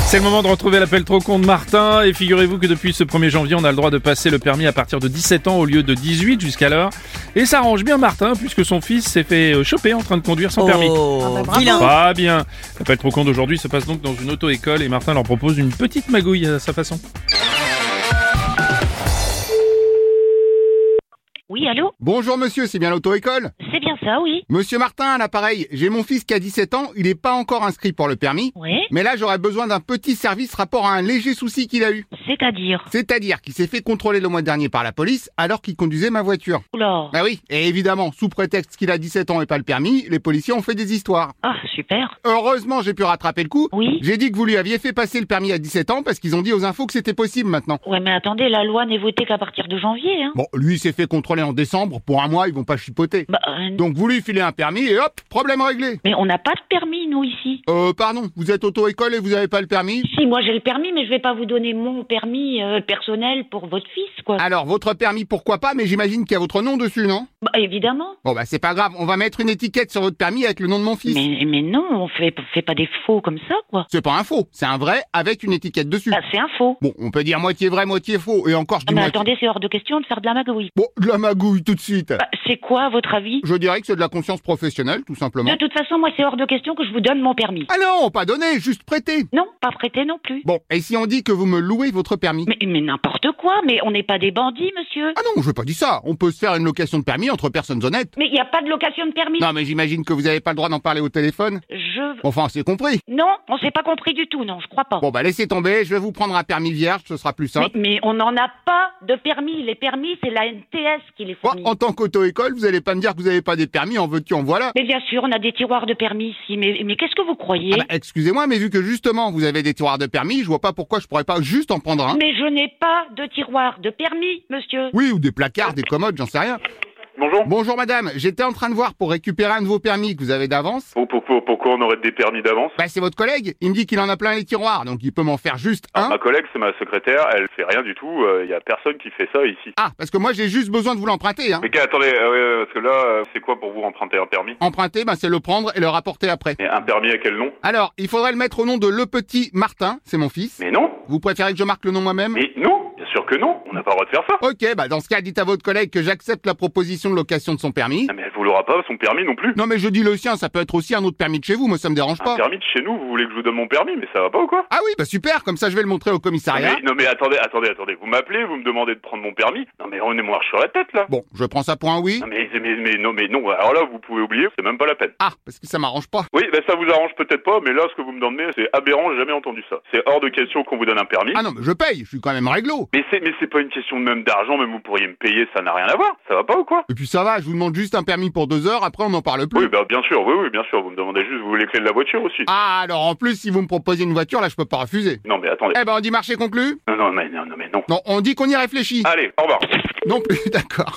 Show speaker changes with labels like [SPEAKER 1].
[SPEAKER 1] C'est le moment de retrouver l'appel trop con de Martin. Et figurez-vous que depuis ce 1er janvier, on a le droit de passer le permis à partir de 17 ans au lieu de 18 jusqu'alors. Et ça arrange bien Martin puisque son fils s'est fait euh, choper en train de conduire sans permis. Pas bien. L'appel trop con d'aujourd'hui se passe donc dans une auto-école et Martin leur propose une petite magouille à sa façon.
[SPEAKER 2] Oui, allô
[SPEAKER 3] Bonjour monsieur, c'est bien l'auto-école
[SPEAKER 2] C'est bien ça, oui.
[SPEAKER 3] Monsieur Martin, à l'appareil, j'ai mon fils qui a 17 ans, il n'est pas encore inscrit pour le permis.
[SPEAKER 2] Ouais,
[SPEAKER 3] Mais là, j'aurais besoin d'un petit service rapport à un léger souci qu'il a eu.
[SPEAKER 2] c'est-à-dire.
[SPEAKER 3] C'est-à-dire qu'il s'est fait contrôler le mois dernier par la police alors qu'il conduisait ma voiture.
[SPEAKER 2] Oula.
[SPEAKER 3] Bah oui, et évidemment, sous prétexte qu'il a 17 ans et pas le permis, les policiers ont fait des histoires.
[SPEAKER 2] Ah, super.
[SPEAKER 3] Heureusement, j'ai pu rattraper le coup.
[SPEAKER 2] Oui.
[SPEAKER 3] J'ai dit que vous lui aviez fait passer le permis à 17 ans parce qu'ils ont dit aux infos que c'était possible maintenant.
[SPEAKER 2] Ouais, mais attendez, la loi n'est votée qu'à partir de janvier, hein.
[SPEAKER 3] Bon, lui il s'est fait contrôler en décembre, pour un mois, ils vont pas chipoter.
[SPEAKER 2] Bah, euh,
[SPEAKER 3] Donc vous lui filez un permis et hop, problème réglé.
[SPEAKER 2] mais on n'a pas de permis, nous, ici.
[SPEAKER 3] Euh, pardon, vous êtes auto-école et vous avez pas le permis
[SPEAKER 2] Si, moi j'ai le permis, mais je vais pas vous donner mon permis euh, personnel pour votre fils, quoi.
[SPEAKER 3] Alors, votre permis, pourquoi pas, mais j'imagine qu'il y a votre nom dessus, non
[SPEAKER 2] Bah, évidemment.
[SPEAKER 3] Bon, bah c'est pas grave, on va mettre une étiquette sur votre permis avec le nom de mon fils.
[SPEAKER 2] Mais, mais non, on fait, fait pas des faux comme ça, quoi.
[SPEAKER 3] C'est pas un faux, c'est un vrai avec une étiquette dessus.
[SPEAKER 2] Bah, c'est un faux.
[SPEAKER 3] Bon, on peut dire moitié vrai, moitié faux, et encore je
[SPEAKER 2] Ah,
[SPEAKER 3] dis
[SPEAKER 2] mais
[SPEAKER 3] moitié...
[SPEAKER 2] attendez, c'est hors de question de faire de la magouille.
[SPEAKER 3] Bon, de la magouille tout de suite.
[SPEAKER 2] Bah, c'est quoi, à votre avis
[SPEAKER 3] Je dirais que c'est de la conscience professionnelle, tout simplement.
[SPEAKER 2] De toute façon, moi, c'est hors de question que je vous donne mon permis.
[SPEAKER 3] Ah non, pas donné, juste prêté.
[SPEAKER 2] Non, pas prêté non plus.
[SPEAKER 3] Bon, et si on dit que vous me louez votre permis
[SPEAKER 2] Mais, mais n'importe quoi, mais on n'est pas des bandits, monsieur.
[SPEAKER 3] Ah non, je veux pas dire ça. On peut se faire une location de permis entre personnes honnêtes.
[SPEAKER 2] Mais il n'y a pas de location de permis.
[SPEAKER 3] Non, mais j'imagine que vous avez pas le droit d'en parler au téléphone.
[SPEAKER 2] Je...
[SPEAKER 3] Enfin, c'est compris.
[SPEAKER 2] Non, on s'est pas compris du tout, non, je crois pas.
[SPEAKER 3] Bon, bah laissez tomber, je vais vous prendre un permis vierge, ce sera plus
[SPEAKER 2] mais,
[SPEAKER 3] simple.
[SPEAKER 2] mais on n'en a pas de permis. Les permis, c'est la NTS qui les
[SPEAKER 3] Bon,
[SPEAKER 2] fournit.
[SPEAKER 3] en tant qu'auto-école, vous allez pas me dire que vous avez pas des permis, en veux-tu, en voilà.
[SPEAKER 2] Mais bien sûr, on a des tiroirs de permis ici. Mais, mais qu'est-ce que vous croyez
[SPEAKER 3] Ah bah, excusez-moi, mais vu que justement vous avez des tiroirs de permis, je vois pas pourquoi je pourrais pas juste en prendre un.
[SPEAKER 2] Mais je n'ai pas de tiroir de permis, monsieur.
[SPEAKER 3] Oui, ou des placards, des commodes, j'en sais rien.
[SPEAKER 4] Bonjour.
[SPEAKER 3] Bonjour madame, j'étais en train de voir pour récupérer un de vos permis que vous avez d'avance.
[SPEAKER 4] Pour- pour- pour- pourquoi on aurait des permis d'avance
[SPEAKER 3] Bah c'est votre collègue, il me dit qu'il en a plein les tiroirs, donc il peut m'en faire juste un.
[SPEAKER 4] Ma collègue, c'est ma secrétaire, elle fait rien du tout, il y a personne qui fait ça ici.
[SPEAKER 3] Ah, parce que moi j'ai juste besoin de vous l'emprunter. Hein.
[SPEAKER 4] Mais gars, attendez, euh, ouais, ouais, parce que là, euh, c'est quoi pour vous emprunter un permis
[SPEAKER 3] Emprunter, bah, c'est le prendre et le rapporter après.
[SPEAKER 4] Et un permis à quel nom
[SPEAKER 3] Alors, il faudrait le mettre au nom de Le Petit Martin, c'est mon fils.
[SPEAKER 4] Mais non
[SPEAKER 3] Vous préférez que je marque le nom moi-même
[SPEAKER 4] Mais non Bien sûr que non On n'a pas le droit de faire ça
[SPEAKER 3] Ok, bah dans ce cas, dites à votre collègue que j'accepte la proposition de location de son permis.
[SPEAKER 4] Ah, Mais elle l'aura pas son permis non plus
[SPEAKER 3] Non mais je dis le sien, ça peut être aussi un autre permis de chez vous, moi ça me dérange
[SPEAKER 4] Un
[SPEAKER 3] pas.
[SPEAKER 4] permis de chez nous, vous voulez que je vous donne mon permis, mais ça va pas ou quoi Ah,
[SPEAKER 3] Ah oui, bah super, comme ça je vais le montrer au commissariat.
[SPEAKER 4] mais, non mais attendez, attendez, attendez, vous m'appelez, vous me demandez de prendre mon permis Non mais on est marche sur la tête là
[SPEAKER 3] Bon, je prends ça pour un oui.
[SPEAKER 4] Non Ah, mais, mais, mais non, mais non, alors là vous pouvez oublier, c'est même pas la peine.
[SPEAKER 3] Ah, parce que ça m'arrange pas.
[SPEAKER 4] Oui, ben ça vous arrange peut-être pas, mais là ce que vous me demandez c'est aberrant, j'ai jamais entendu ça. C'est hors de question qu'on vous donne un permis.
[SPEAKER 3] Ah non, mais je paye, je suis quand même réglo.
[SPEAKER 4] Mais c'est mais c'est pas une question de même d'argent, même vous pourriez me payer, ça n'a rien à voir, ça va pas ou quoi
[SPEAKER 3] Et puis ça va, je vous demande juste un permis pour deux heures, après on n'en parle plus.
[SPEAKER 4] Oui, bah bien sûr, oui, oui, bien sûr, vous me demandez juste, vous voulez les clés de la voiture aussi
[SPEAKER 3] Ah, alors en plus, si vous me proposez une voiture, là je peux pas refuser.
[SPEAKER 4] Non mais attendez,
[SPEAKER 3] Eh ben on dit marché conclu
[SPEAKER 4] non, non, mais non, non, mais non.
[SPEAKER 3] Non, on dit qu'on y réfléchit.
[SPEAKER 4] Allez, au revoir.
[SPEAKER 3] Non plus, d'accord.